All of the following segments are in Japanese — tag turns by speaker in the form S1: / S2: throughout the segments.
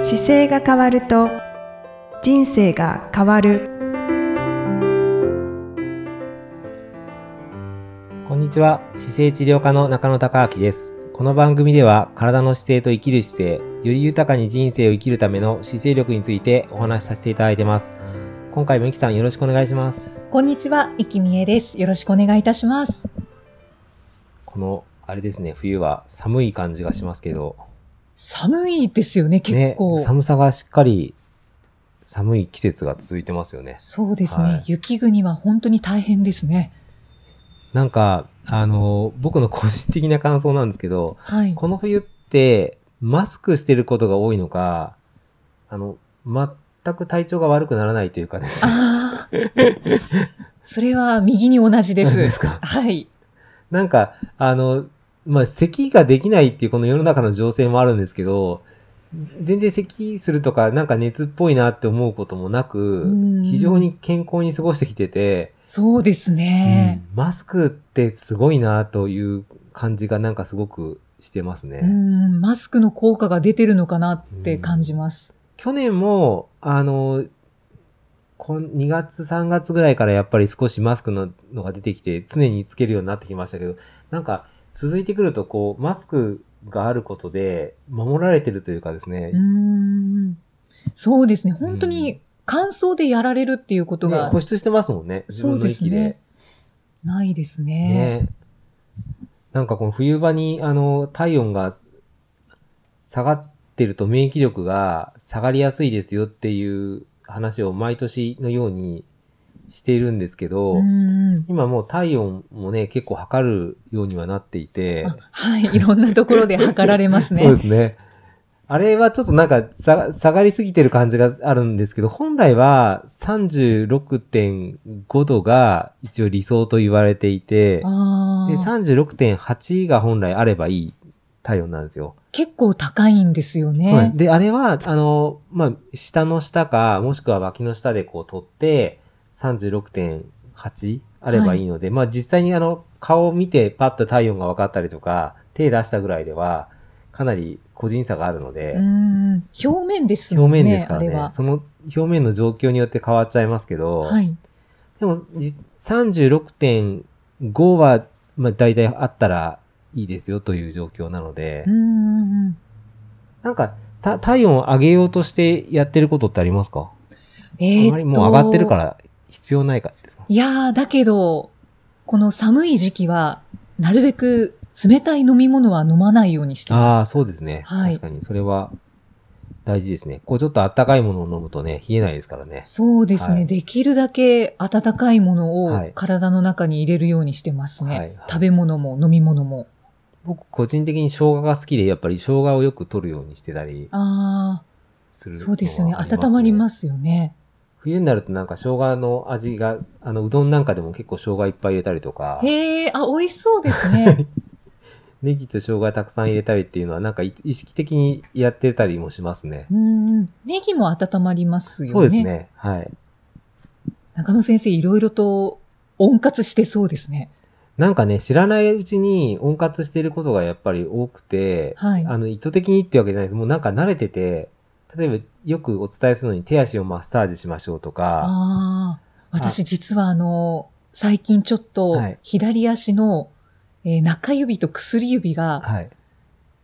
S1: 姿勢が変わると人生が変わる
S2: こんにちは。姿勢治療科の中野孝明です。この番組では、体の姿勢と生きる姿勢、より豊かに人生を生きるための姿勢力についてお話しさせていただいてます。今回もゆきさんよろしくお願いします。
S3: こんにちは、いきみえです。よろしくお願いいたします。
S2: この、あれですね、冬は寒い感じがしますけど、
S3: 寒いですよね、結構。
S2: ね、寒さがしっかり寒い季節が続いてますよね。
S3: そうですね、
S2: はい
S3: 雪国は本当に大変ですね。
S2: なんか、あの、僕の個人的な感想なんですけど、
S3: はい。
S2: この冬って、マスクしてることが多いのか、あの、全く体調が悪くならないというかですね。
S3: ああ。それは右に同じで。
S2: 何ですすか
S3: はい。
S2: なんか、あの、まあ、咳ができないっていうこの世の中の情勢もあるんですけど、全然咳するとか、なんか熱っぽいなって思うこともなく
S3: うん、
S2: 非常に健康に過ごしてきてて、
S3: そうですね。
S2: うんマスクってすごいなという感じがなんかすごくしてますね。
S3: うん、マスクの効果が出てるのかなって感じます。
S2: 去年も、あの、こん2月、3月ぐらいからやっぱり少しマスクののが出てきて、常につけるようになってきましたけど、なんか続いてくると、こう、マスクがあることで守られてるというかですね
S3: う、ん。そうですね、本当に乾燥でやられるっていうこと
S2: ね
S3: が
S2: 保湿してますもんね、自
S3: そ
S2: 分
S3: う
S2: の
S3: です
S2: 息で。
S3: ねないですね。
S2: ねなんかこの冬場に、あの、体温が下がってると免疫力が下がりやすいですよっていう話を毎年のようにしているんですけど、
S3: うん。
S2: 今もう体温もね、結構測るようにはなっていて、
S3: あはい、いろんなところで測られますね。
S2: そうですね。あれはちょっとなんかさ下がりすぎてる感じがあるんですけど、本来は36.5度が一応理想と言われていて、で
S3: あー
S2: 36.8が本来あればいい体温なんですよ。
S3: 結構高いんですよ
S2: そうなん
S3: ね
S2: です。で、あれは、あの、まあ、下の下か、もしくは脇の下でこう取って、36.8あればいいので、まあ、実際にあの、顔を見てパッと体温が分かったりとか、手出したぐらいでは、かなり個人差があるので、
S3: うーん表面ですも
S2: 表
S3: んね、
S2: 面ですからね
S3: あれは。
S2: その表面の状況によって変わっちゃいますけど、
S3: はい。
S2: でも、じ36.5は、まあ、大体あったらいいですよという状況なので、
S3: うーん。
S2: なんか、た体温を上げようとしてやってることってありますか、
S3: え。
S2: あまりもう上がってるからら必要ないからですか
S3: いやー、だけど、この寒い時期は、なるべく冷たい飲み物は飲まないようにして
S2: ああ、
S3: ます。
S2: そうですね。
S3: はい
S2: 確かに。それは大事ですね。こうちょっとあったかいものを飲むとね、冷えないですからね。
S3: そうですね、
S2: はい
S3: できるだけ温かいもの
S2: は
S3: を
S2: い
S3: 体の中に入れるようにしてますね。
S2: はいはい
S3: 食べ物も飲み物も。
S2: 僕個人的に生姜が好きで、やっぱり生姜をよく取るようにしてたり
S3: あ
S2: する
S3: あ、
S2: のは
S3: そうですよね
S2: あ。
S3: 温まりますすよね。
S2: 冬になるとなんか生姜の味が、あの、うどんなんかでも結構生姜いっぱい入れたりとか、
S3: へえ、あ、美味しそうですね。
S2: ネギと生姜たくさん入れたりっていうのはなんかい意識的にやってたりもしますね。
S3: うんうん。ネギも温まりますよね。
S2: そうですね。はい。
S3: 中野先生、いろいろと温活してそうですね。
S2: なんかね、知らないうちに温活していることがやっぱり多くて、
S3: はい。
S2: あの、意図的にってわけじゃないです。もうなんか慣れてて、例えばよくお伝えするのに手足をマッサージしましょうとか、
S3: ああ。私、実はあの、最近ちょっと
S2: はい、
S3: 左足の、えー中指と薬指が、
S2: はい。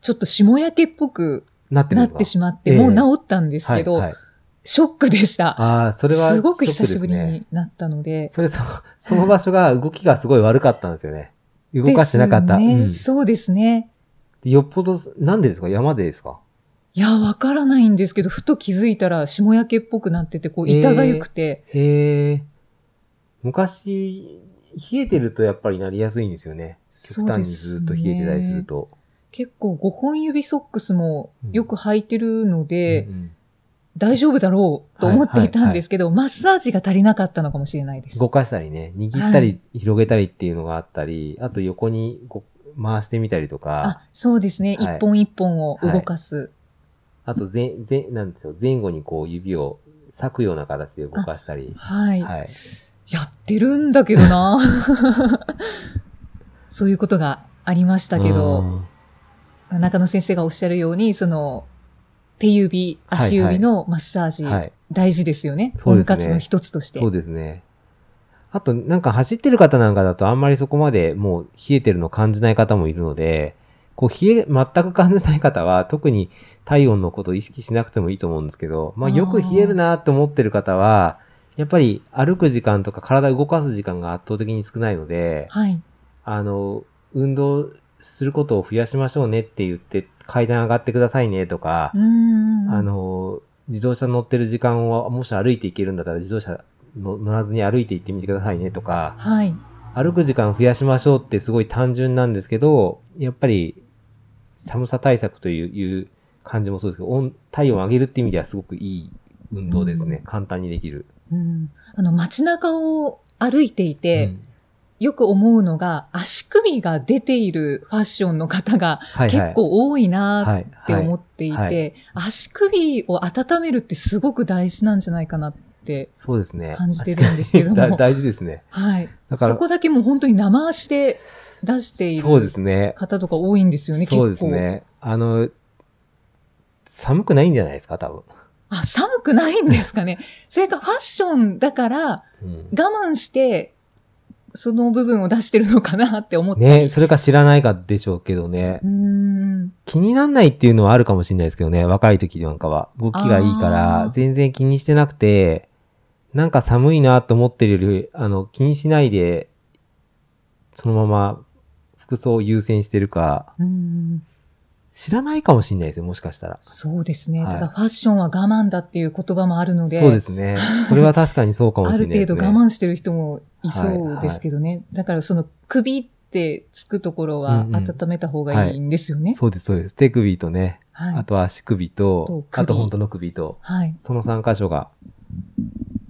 S3: ちょっと霜焼けっぽく
S2: なってるん
S3: な
S2: です
S3: っ
S2: か
S3: てしまって、
S2: ええ
S3: もう治ったんですけど、
S2: はい、はい。
S3: ショックでした。
S2: ああ、それは、
S3: すごく久しぶり
S2: ショックですね。
S3: になったので。
S2: それそ、その場所が動きがすごい悪かったんですよね。動かしてなかった。
S3: ですね
S2: うん
S3: そうですね。
S2: でよっぽど、なんでですか山でですか
S3: いや、わからないんですけど、ふと気づいたら霜焼けっぽくなってて、こう、板がゆくて、
S2: へえ。昔、冷えてるとやっぱりなりやすいんですよね。
S3: そ
S2: 極
S3: う
S2: 端
S3: で
S2: に
S3: す
S2: ずっと冷えてたりする
S3: ね
S2: と。
S3: 結構5本指ソックスもよく履いてるので、
S2: うんうん
S3: 大丈夫だろうと思っていたんですけど、マッサージが足りなかったのかもしれないです。
S2: 動かしたりね、握ったり広げたりっていうのがあったり、あと横にこう回してみたりとか、
S3: あそうですね。一、
S2: はい
S3: 本一本を動かす。
S2: あと前、前、なんですよ、前後にこう指を裂くような形で動かしたり、
S3: はい、
S2: はい。
S3: やってるんだけどな そういうことがありましたけ
S2: う
S3: ど、
S2: ん
S3: 中野先生がおっしゃるように、その、手指、
S2: はいはい
S3: 足指のマッサージ、
S2: はい。
S3: 大事ですよね。
S2: そうですね
S3: 温活の一つとして。
S2: そうですね。あと、なんか走ってる方なんかだとあんまりそこまでもう冷えてるの感じない方もいるので、こう冷え、全く感じない方は特に体温のことを意識しなくてもいいと思うんですけど、まあ
S3: あー
S2: よく冷えるなって思ってる方は、やっぱり歩く時間とか体を動かす時間が圧倒的に少ないので、
S3: はい。
S2: あの、運動することを増やしましょうねって言って、階段上がってくださいねとか
S3: う、ん。
S2: あ、の、自動車乗ってる時間を、もし歩いていけるんだったら自動車の乗らずに歩いて行ってみてくださいねとか、
S3: はい。
S2: 歩く時間増やしましょうってすごい単純なんですけど、やっぱり寒さ対策といういう感じもそうですけど、温体温を上げるって意味ではすごくいい運動ですね。簡単にできる。
S3: うん。あの、街中を歩いていて、
S2: うん
S3: よく思うのが、足首が出ているファッションの方が
S2: はいはい
S3: 結構多いなー
S2: は
S3: っ
S2: い
S3: て
S2: はい
S3: 思っていて、
S2: はいは
S3: 足首を温めるってすごく大事なんじゃないかなって。
S2: そうですね。
S3: 感じてるんですけども
S2: 確かにだ大事ですね。
S3: はい。
S2: だから
S3: そこだけもう本当に生足で出している
S2: そうですね。
S3: 方とか多いんですよね、結構。
S2: そうですね。あの、寒くないんじゃないですか、多分。
S3: あ、寒くないんです かね。それかファッションだから
S2: うん
S3: 我慢して、その部分を出してるのかなって思って。
S2: ね、それか知らないかでしょうけどね
S3: う。ーん。
S2: 気になんないっていうのはあるかもしれないですけどね、若い時なんかは。動きがいいか
S3: あ
S2: ら
S3: ー、
S2: 全然気にしてなくて、なんか寒いなと思ってるより、あの、気にしないで、そのまま服装を優先してるか、
S3: うーん
S2: 知らないかもしれないですよ、もしかしたら。
S3: そうですね。
S2: はい
S3: ただファッションは我慢だっていう言葉もあるので。
S2: そうですね。それは確かにそうかも
S3: あ
S2: しれ
S3: る
S2: ない
S3: 程
S2: です
S3: 度
S2: ね。
S3: 我慢してる人もいそうですけどね。だからその首ってつくところは
S2: うんうん
S3: 温めた方がいいんですよね。
S2: そうです、そうです。手首とね、
S3: はい。
S2: あとは足首と
S3: と、
S2: あ
S3: 首
S2: と本当の首と、
S3: はい。
S2: その3箇所が、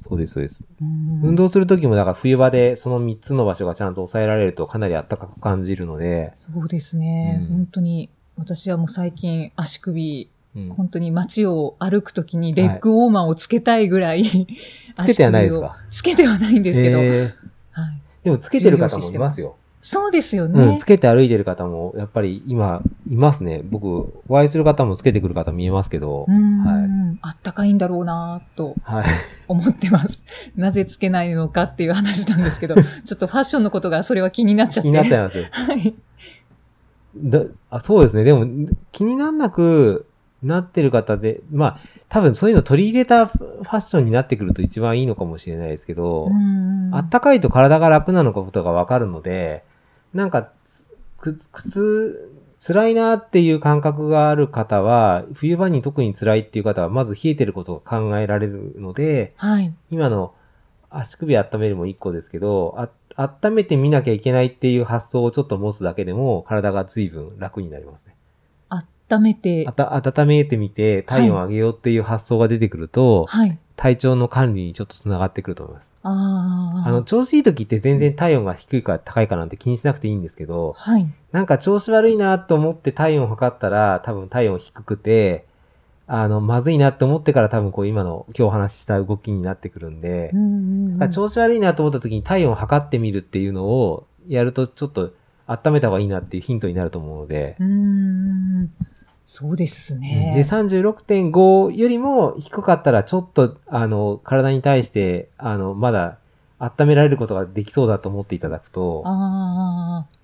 S2: そうです、そうです。
S3: うん
S2: 運動するときも、だから冬場でその3つの場所がちゃんと抑えられるとかなり暖かく感じるので、
S3: そうですね。
S2: うん
S3: 本当に、私はもう最近足首、
S2: うん
S3: 本当に街を歩くときにレッグウォーマーをつけたいぐらい、
S2: つけてはないです
S3: 足首を
S2: か
S3: つけてはないんですけど。
S2: えー
S3: はい、
S2: でもつけてる方もいますよ。
S3: そうですよ
S2: う
S3: ね
S2: ん、つ。けて歩いてる方も、やっぱり今、いますね。僕、お会いする方もつけてくる方見えますけど、
S3: うん
S2: はい
S3: あったかいんだろうなぁと
S2: はい。
S3: 思ってます。 なぜつけないのかっていう話なんですけ ど、ちょっとファッションのことがそれは気になっちゃって。
S2: 気になっちゃい
S3: い
S2: ますよ。
S3: はい。
S2: だあそうですね。でも、気になんなくなってる方で、まあ、多分そういうの取り入れたファッションになってくると一番いいのかもしれないですけど、
S3: うん
S2: あったかいと体が楽なのかことがわかるので、なんか、つく苦痛、辛いなっていう感覚がある方は、冬場に特に辛いっていう方は、まず冷えてることが考えられるので、
S3: はい。
S2: 今の足首温めるも一個ですけど、あ温めてみなきゃいけないっていう発想をちょっと持つだけでも、体が随分楽になりますね。
S3: 温めて
S2: あ、た温めてみて、体温を上げようっていう発想が出てくると、
S3: はい。
S2: 体調の管理にちょっとつながってくると思います。
S3: ああ。
S2: あの、、調子いい時って全然体温が低いか高いかなんて気にしなくていいんですけど、
S3: はい。
S2: なんか調子悪いなと思って体温を測ったら、多分体温低くて、あの、まずいなって思ってから多分こう今の今日お話しした動きになってくるんで、
S3: うんうんうん
S2: だから調子悪いなと思った時に体温を測ってみるっていうのをやるとちょっと温めた方がいいなっていうヒントになると思うので、
S3: うーんそうですね。
S2: で、36.5よりも低かったら、ちょっと、あの、体に対して、あの、まだ、温められることができそうだと思っていただくと、
S3: ああ。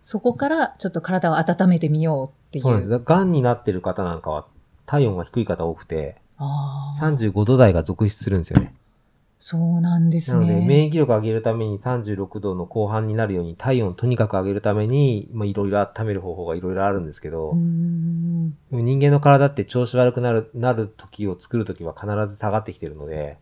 S3: そこからちょっと体を温めてみようっていう。
S2: そうなんです。がんになってる方なんかは、体温が低い方多くて、
S3: ああ。
S2: 35度台が続出するんですよね。
S3: そうなんです
S2: なの
S3: ね。
S2: で、免疫力を上げるために36度の後半になるように、体温をとにかく上げるために、まあ、いろいろ温める方法がいろいろあるんですけど、
S3: うーん
S2: でも人間の体って調子悪くなる、なる時を作る時は必ず下がってきてるので、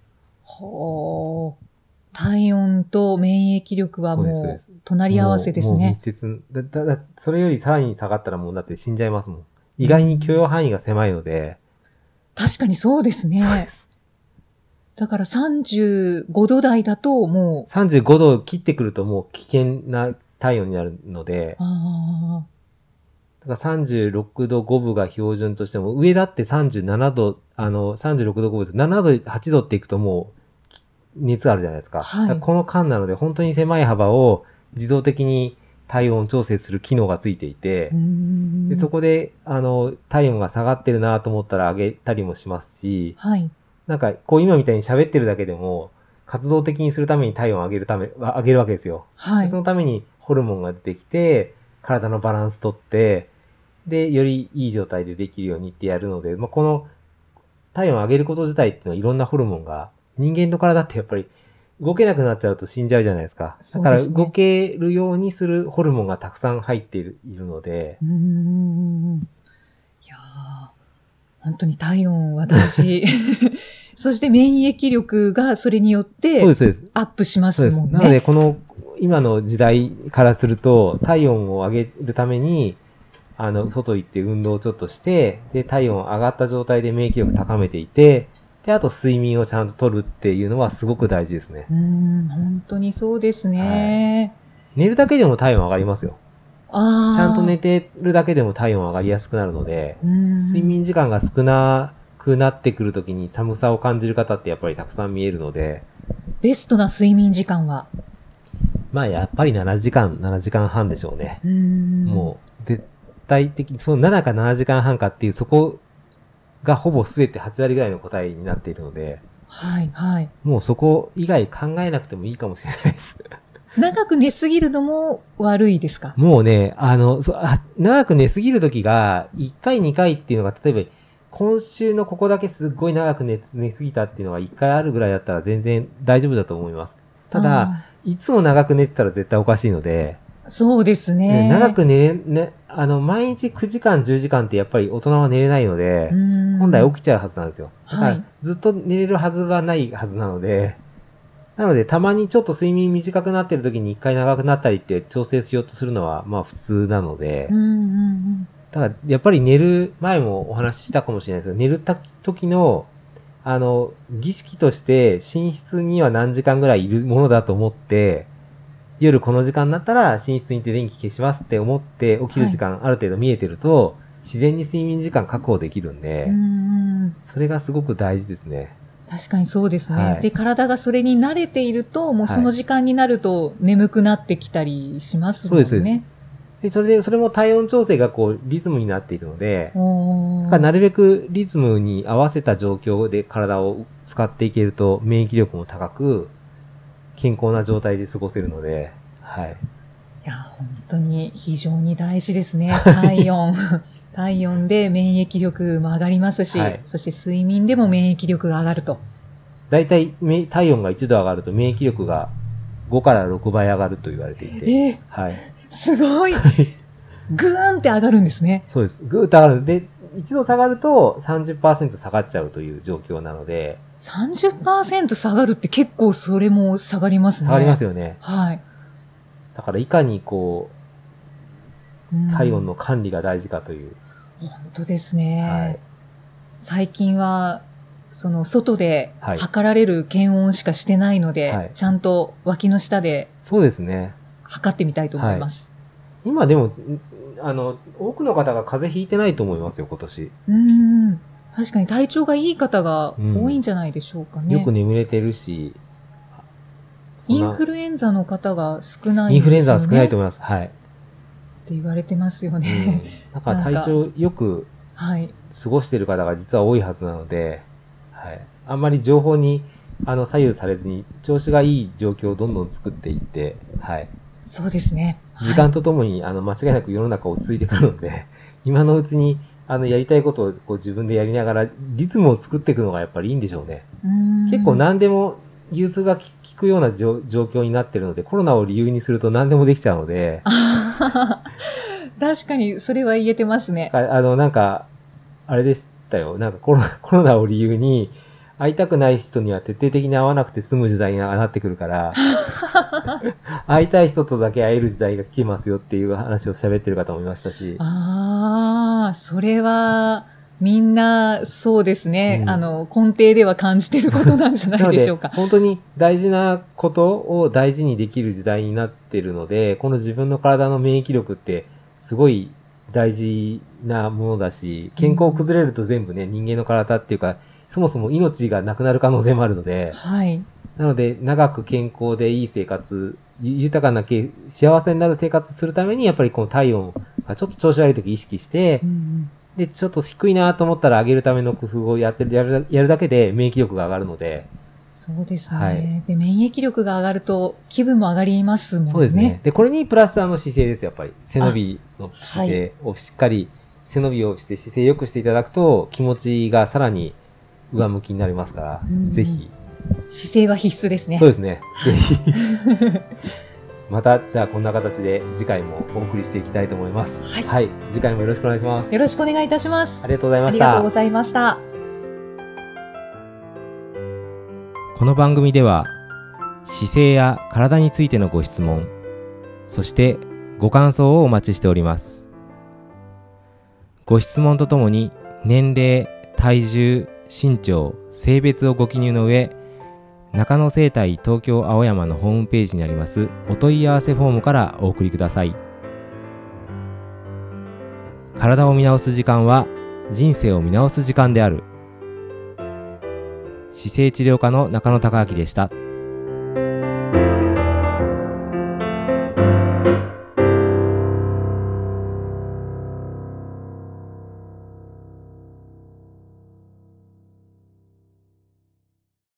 S3: ほう。体温と免疫力は
S2: そう
S3: も
S2: で
S3: う
S2: すそう
S3: 隣り合わせです
S2: もうもう密
S3: ね。
S2: 接だだだそれよりさらに下がったらもうだって死んじゃいますもん。意外に許容範囲が狭いので。
S3: 確かにそうです
S2: そうで
S3: ね。
S2: す。
S3: だから35度台だともう、
S2: 35度を切ってくるともう危険な体温になるので、
S3: ああ、
S2: だから36度5分が標準としても、上だって37度、あの、36度5分って7度、8度っていくともうき熱あるじゃないですか。
S3: はい
S2: だからこの間なので本当に狭い幅を自動的に体温調整する機能がついていて、でそ
S3: こ、
S2: こで、あの、体温が下がってるなと思ったら上げたりもしますし、
S3: はい。
S2: なんか、こう今みたいに喋ってるだけでも、活動的にするために体温を上げるため、わ上げるわけですよ。
S3: は
S2: で
S3: い
S2: そ。のためにホルモンが出てきて、体のバランスとって、で、よりいい状態でできるようにってやるので、まあ、この体温を上げること自体っていうのはいろんなホルモンが、人間の体ってやっぱり動けなくなっちゃうと死んじゃうじゃないですか。だから
S3: そうですね
S2: 動けるようにするホルモンがたくさん入っているいるので、
S3: うーんいやー本当に体温は大 事。そして免疫力がそれによっ
S2: そうです、
S3: て
S2: そうです。
S3: アップしま
S2: そう
S3: す
S2: です。
S3: もん
S2: なの
S3: ね。
S2: で、この、今の時代からすると、体温を上げるために、あの、外行って運動をちょっとして、で、体温上がった状態で免疫力高めていて、で、あと睡眠をちゃんと取るっていうのはすごく大事ですね。
S3: うーん本当にそうですね。
S2: 寝るだけでも体温上がりますよ。
S3: ああ。
S2: ちゃんと寝てるだけでも体温上がりやすくなるので、
S3: うーん。
S2: 睡眠時間が少なくなってくるときに寒さを感じる方ってやっぱりたくさん見えるので、
S3: ベストな睡眠時間は。
S2: まあやっぱり7時間、7時間半でしょうね。
S3: うーん
S2: もう、絶対的に、その7か7時間半かっていう、そこがほぼ全て8割ぐらいの答えになっているので、
S3: はいはい。
S2: もうそこ以外考えなくてもいいかもしれない です。
S3: 長く寝すぎるのも悪いですか
S2: もうね、あの、そあ長く寝すぎるときが、1回2回っていうのが、例えば、今週のここだけすっごい長く寝寝すぎたっていうのが1回あるぐらいだったら全然大丈夫だと思います。ただ、いつも長く寝てたら絶対おかしいので、
S3: あー、そうですね。
S2: ね長く寝れ、ね、あの、毎日9時間10時間ってやっぱり大人は寝れないので、本
S3: 本
S2: 来起きちゃうはずなんですよ。だか
S3: は
S2: ら
S3: い
S2: ずっと寝れるはずはないはずなので、なのでたまにちょっと睡眠短くなってる時に一回長くなったりって調整しようとするのはまあ普通なので
S3: う、んうんうん。
S2: だからやっぱり寝る前もお話ししたかもしれないですけど、寝るた時のあの儀式として寝室には何時間ぐらいいるものだと思って、夜この時間になったら寝室に行って電気消しますって思って起きる時間ある程度見えてると、自然に睡眠時間確保できるんで、
S3: うんうん
S2: それがすごく大事ですね。
S3: 確かにそうですね、
S2: はい
S3: で、体がそれに慣れていると、もうその時間になると眠くなってきたりしますもんね。
S2: そうでで、それで、それも体温調整がこう、リズムになっているので、
S3: お
S2: だか
S3: ー
S2: らなるべくリズムに合わせた状況で体を使っていけると、免疫力も高く、健康な状態で過ごせるので、はい。
S3: いや、本当に非常に大事ですね。体 温。体温で免疫力も上がりますし、
S2: はい
S3: そして睡眠でも免疫力が上がると。
S2: だいたいめ体温が1度上がると免疫力が5から6倍上がると言われてい
S3: え
S2: て、
S3: ー
S2: はい。
S3: すごいぐーんって上がるんですね。
S2: そうです。ぐーっと上がる。で、一度下がると30%下がっちゃうという状況なので、
S3: 30%下がるって結構それも下がりますね。
S2: 下がります
S3: よ。
S2: よね。
S3: はい。
S2: だからいかにこ
S3: うん
S2: う、体温の管理が大事かという。
S3: 本当ですね。
S2: はい
S3: 最近は、その外で
S2: はい
S3: 測られる検温しかしてないので、
S2: はい
S3: ちゃんと脇の下で
S2: そうですね。
S3: 測ってみたいと思います。
S2: 今でも、んあの、多くの方が風邪ひいてないと思いますよ、今年。
S3: うんうん。確かに体調がいい方が多いんじゃないでしょうかね。
S2: よく眠れてるし。そん
S3: イ
S2: な
S3: ンフルエンザの方が少ない、
S2: インフルエンザは少ないと思
S3: 思
S2: います。 はい。
S3: う。って言われてますよ
S2: う
S3: ね
S2: ん。だから体調よく
S3: はい。
S2: 過ごしてる方が実は多いはずなので、はい。あんまり情報に、あの、左右されずに、調子がいい状況をどんどん作っていって、はい。
S3: そうですね。
S2: 時
S3: はい
S2: 間とともに、あの、間違いなく世の中落ち着いてくるので、 今のうちに、あの、やりたいことをこう自分でやりながら、リズムを作っていくのがやっぱりいいんでしょうね。
S3: うん
S2: 結構何でも融通がき効くようなじょ状況になってるので、コロナを理由にすると何でもできちゃうので、
S3: あー 確かにそれは言えてますね。
S2: ああの、なんか、あれでしたよ。なんかコロナコロナを理由に、会いたくない人には徹底的に会わなくて済む時代になってくる から、会いたい人とだけ会える時代が来てますよっていう話を喋ってる方もいましたし、
S3: ああ、それは、みんな、そうですね、
S2: うん
S3: あの、根底では感じてることなんじゃないでしょ
S2: な
S3: う
S2: の
S3: か
S2: で。本当に大事なことを大事にできる時代になってるので、この自分の体の免疫力ってすごい大事なものだし、健康崩れると全部ね、人間の体っていうか、そもそも命がなくなる可能性もあるので、
S3: はい。
S2: なので、長く健康でいい生活、ゆ豊かなけ、幸せになる生活するために、やっぱりこの体温がちょっと調子悪い時意識して
S3: う、ん
S2: で、ちょっと低いなと思ったら上げるための工夫をやってる、やるやるだけで免疫力が上がるので、
S3: そうですね、
S2: はい
S3: で。免疫力が上がると気分も上がりますもんね。
S2: そうですね。で、これにプラスあの姿勢です、やっぱり。背伸びの姿勢をしっかり、背伸びをして姿勢良くしていただくと、気持ちがさらに上向きになりますから
S3: うん、
S2: ぜひ、
S3: 姿勢は必須ですね。
S2: そうですね。ぜ ひ。また、じゃあこんな形で次回もお送りしていきたいと思います。
S3: はい
S2: 次回もよろしくお願いします。
S3: よろしくお願いいたします
S2: あ。りがとうござい
S3: あ
S2: ま
S3: り
S2: し
S3: がとうご
S2: た。
S3: ざいました。
S2: この番組では、姿勢や体についてのご質問、そしてご感想をお待ちしております。ご質問とともに、年齢、体重、身長、性別をご記入の上、中野生態東京青山のホームページにありますお問い合わせフォームからお送りください体を見直す時間は人生を見直す時間である姿勢治療科の中野孝明でした